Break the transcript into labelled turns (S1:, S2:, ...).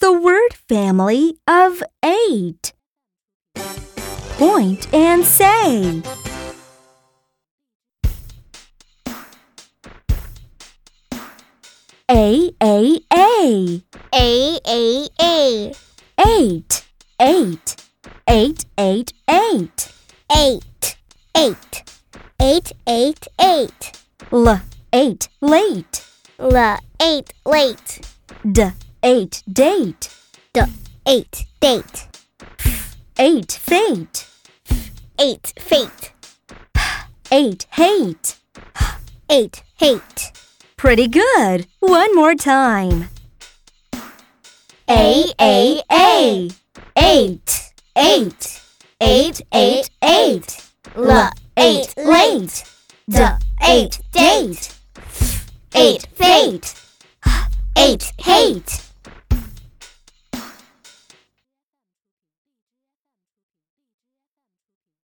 S1: the word family of eight. Point and say. A A A
S2: A A A
S1: eight eight eight eight eight
S2: eight eight eight eight eight
S1: L eight late
S2: L eight late
S1: D eight date
S2: D eight date
S1: eight fate
S2: eight fate
S1: eight hate.
S2: eight hate
S1: Pretty good. One more time. A A A eight eight eight eight eight L eight late D eight date eight fate eight hate